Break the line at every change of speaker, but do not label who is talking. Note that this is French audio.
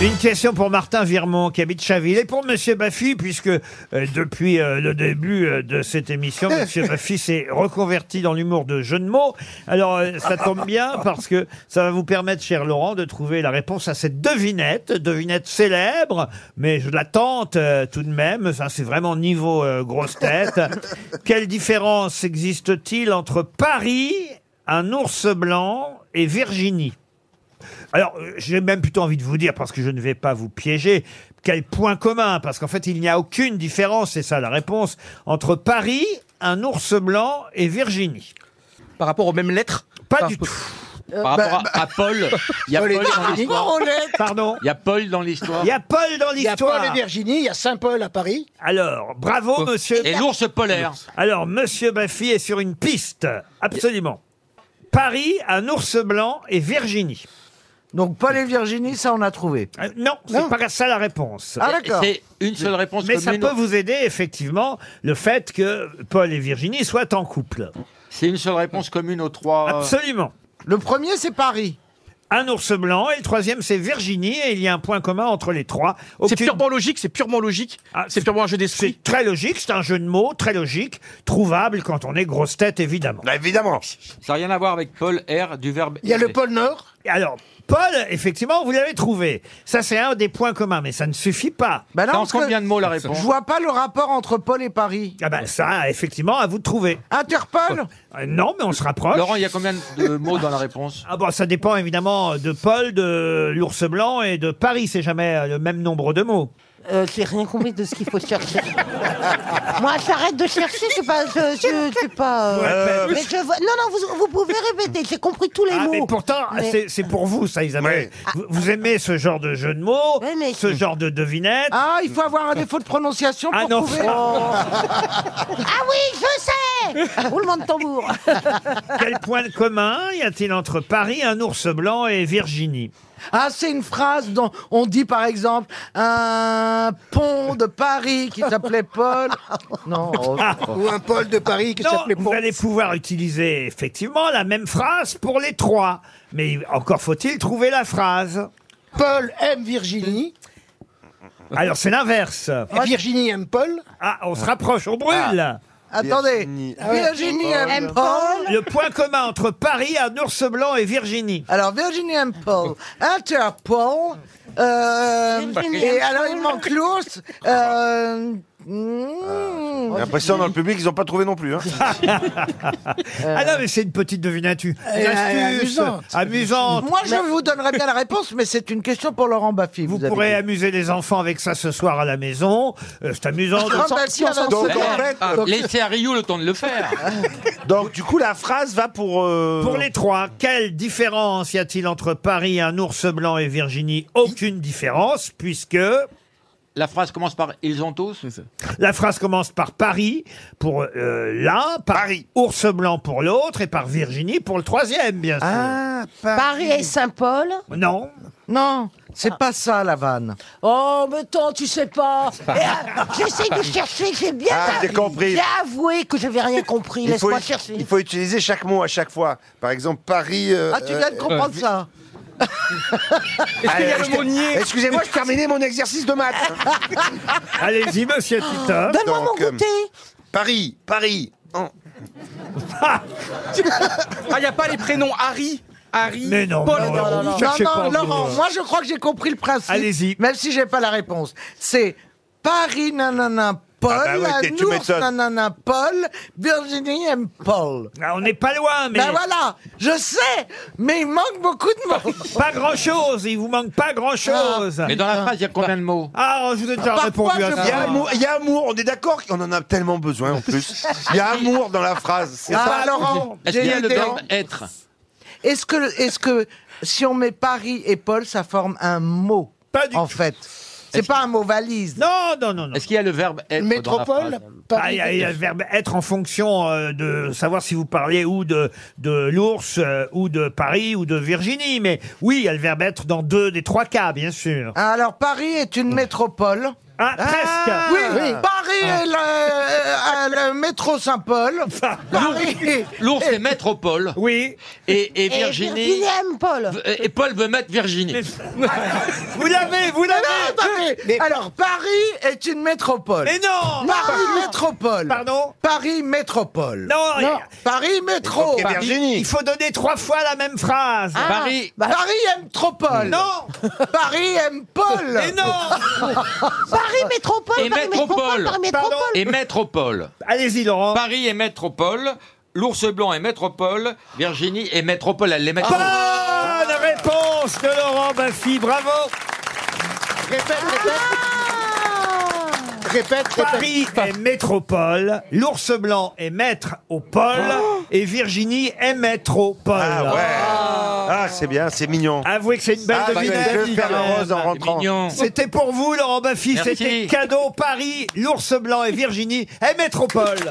Une question pour Martin Virmont qui habite Chaville et pour Monsieur Baffy puisque euh, depuis euh, le début euh, de cette émission Monsieur Baffy s'est reconverti dans l'humour de jeu de mots. Alors euh, ça tombe bien parce que ça va vous permettre cher Laurent de trouver la réponse à cette devinette, devinette célèbre mais je la tente euh, tout de même, ça c'est vraiment niveau euh, grosse tête. Quelle différence existe-t-il entre Paris, un ours blanc et Virginie alors, euh, j'ai même plutôt envie de vous dire, parce que je ne vais pas vous piéger, quel point commun, parce qu'en fait, il n'y a aucune différence, c'est ça la réponse, entre Paris, un ours blanc et Virginie.
Par rapport aux mêmes lettres
Pas
Par
du
rapport-
tout.
Par rapport à, à Paul, il y a Paul dans l'histoire.
Pardon
Il y a Paul dans l'histoire.
Il y a Paul dans
Il y a Paul
l'histoire.
et Virginie, il y a Saint-Paul à Paris.
Alors, bravo, monsieur.
Et l'ours polaire.
Alors, monsieur Baffy est sur une piste, absolument. Paris, un ours blanc et Virginie.
Donc Paul et Virginie, ça on a trouvé.
Euh, non, c'est
Non.
pas ça la réponse.
Ah d'accord.
C'est une seule réponse
Mais ça
commune.
peut vous aider, effectivement, le fait que Paul et Virginie soient en couple.
C'est une seule réponse commune aux trois. euh,
Absolument.
Le premier c'est Paris.
Un ours blanc et le troisième c'est Virginie et il y a un point commun entre les trois.
C'est
Aucune-
purement logique, c'est purement logique.
Ah,
c'est purement un jeu d'esprit.
C'est très logique, c'est un jeu de mots très logique, trouvable quand on est grosse tête évidemment.
évidemment.
Ça n'a rien à voir avec Paul R du verbe.
Il y a le
aimer.
pôle Nord.
Et Alors Paul, effectivement, vous l'avez trouvé. Ça c'est un des points communs, mais ça ne suffit pas.
Bah non,
Dans
parce que
combien de mots la
Je
réponse
vois pas le rapport entre Paul et Paris.
Ah ben ça, effectivement, à vous de trouver.
Interpol
Euh, non, mais on se rapproche.
Laurent, il y a combien de mots dans la réponse
Ah bon, ça dépend évidemment de Paul, de l'ours blanc et de Paris. C'est jamais euh, le même nombre de mots.
Euh, j'ai rien compris de ce qu'il faut chercher. Moi, j'arrête de chercher, c'est pas. Je, je- c'est pas euh,
Euh,
bah,
mais je vois- non, non, vous, vous pouvez répéter, j'ai compris tous les
Ah,
mots.
mais pourtant,
Mais-
c'est- c'est pour vous, ça, Isabelle.
Ouais.
Vous, vous aimez ce genre de jeu de mots,
Ouais, mais-
ce genre de devinette.
Ah, il faut avoir un défaut de prononciation pour
Ah non,
trouver.
Ah oui, je sais Roulement de tambour.
quel point de commun y a-t-il entre Paris, un ours blanc et Virginie
Ah, c'est une phrase dont on dit par exemple un pont de Paris qui s'appelait Paul. Non. oh, oh.
Ou un Paul de Paris qui
Non,
s'appelait
vous
Paul.
allez pouvoir utiliser effectivement la même phrase pour les trois. Mais encore faut-il trouver la phrase.
Paul aime Virginie.
Alors c'est l'inverse.
Et Virginie aime Paul.
Ah, on se rapproche, on brûle.
Attendez.
Virginie.
Virginie aime Ah Paul.
Le point commun entre Paris, un ours blanc et Virginie.
Alors Virginie aime Paul. Interpol. euh,
Virginie
et
aime
alors
Paul.
il manque l'ours. euh, hmm.
J'ai l'impression dans le public, ils n'ont pas trouvé non plus. Hein.
Ah non, mais c'est une petite devinette. une
elle est
astuce,
amusante.
amusante.
Moi, je vous donnerai bien la réponse, mais c'est une question pour Laurent Baffy.
Vous,
avez
pourrez
dit.
amuser les enfants avec ça ce soir à la maison. Euh, c'est amusant. de-
Laurent Baffy, alors,
Donc,
c'est-
en fait,
Ah,
donc-
Laissez à Rio le temps de le faire.
donc, du coup, la phrase va pour. euh,
Pour les trois, quelle différence y a-t-il entre Paris, un ours blanc et Virginie Aucune différence, puisque
La phrase commence par ils ont tous.
la phrase commence par Paris pour euh, l'un, par
Paris.
ours blanc pour l'autre et par Virginie pour le troisième, bien sûr.
Ah, pas-
Paris et Saint-Paul.
Non,
Non, c'est pas ça la vanne.
Oh, mais tant, tu sais pas. Eh, euh, J'essaie de chercher, j'ai bien.
Ah, j'ai compris.
J'ai avoué que j'avais rien compris,
il, faut,
laisse-moi chercher.
il faut utiliser chaque mot à chaque fois. Par exemple, Paris. euh,
Ah, tu
euh,
viens de comprendre ça
Est-ce qu'il y a
euh,
le mot nier
Excusez-moi, je terminais mon exercice de maths.
allez-y, monsieur Titoff.
Donne-moi mon
donc, euh,
goûter.
Paris, Paris. hein.
Ah, il n'y a pas les prénoms Harry, Harry,
Mais non,
Paul.
mais non, non, non.
Non,
Cherchez pas,
non,
vous. euh.
Laurent, moi je crois que j'ai compris le principe.
Allez-y.
Même si j'ai pas la réponse. C'est Paris nanana Paul,
Ah bah oui, t'es-
un
tu
ours
m'étonnes.
nanana Paul, Virginie aime Paul.
Ah, on n'est pas loin, mais
Ben voilà, je sais, mais il manque beaucoup de mots.
pas grand-chose. Il vous manque pas grand-chose.
Mais dans la phrase, il y a combien de mots
Ah, je vous ai déjà
Parfois,
répondu à
je
ça.
Il y, a amour, il y a amour, on est d'accord qu'on en a tellement besoin en plus. Il y a amour dans la phrase. c'est ça.
Ah, Laurent,
Est-ce qu'il y a
j'ai
le
une
verbe
idée.
être
Est-ce que, est-ce que si on met Paris et Paul, ça forme un mot
Pas du
En
tout.
fait, c'est pas un mot valise.
Non, non, non, non.
Est-ce qu'il y a le verbe être dans la
Métropole.
phrase
Ah, Il
Paris.
y, a- il y a le verbe être en fonction euh, de savoir si vous parliez ou de, de l'ours euh, ou de Paris ou de Virginie. Mais oui, il y a le verbe être dans deux des trois cas, bien sûr.
Alors Paris est une métropole.
Ah, presque
Oui, Paris est le, euh, euh, le métro Saint-Paul. Paris.
L'ours est métropole
Oui.
et, et
Et
Virginie.
aime Paul.
Et Paul veut mettre Virginie.
Vous l'avez, vous
Ah
l'avez
non, attendez. Alors, Paris est une métropole.
Mais non
Paris métropole.
Pardon
Paris métropole.
Non,
Non, Paris métro.
Et Virginie.
il faut donner trois fois la même phrase.
Ah.
Paris.
Bah,
Paris aime Tropole.
Non
Paris aime Paul.
Mais non
Paris métropole,
Et
Paris
métropole.
métropole, Paris métropole.
Pardon.
Et métropole.
Allez-y, Laurent.
Bah.
Paris est métropole. L'ours blanc est métropole. Virginie est métropole. Elle les métropole.
Bonne réponse de Laurent Baffy, bravo
Répète, répète,
Ah.
répète, répète.
Paris est métropole, l'ours blanc est maître au pôle, et Virginie est métropole.
Ah ouais. Ah, c'est bien, c'est mignon.
Avouez que c'est une belle
Ah, bah, je
devinette.
vais faire
quand
un rose
même.
en rentrant.
Mignon.
C'était pour vous, Laurent Baffy,
Merci.
c'était cadeau Paris, l'ours blanc et Virginie est métropole.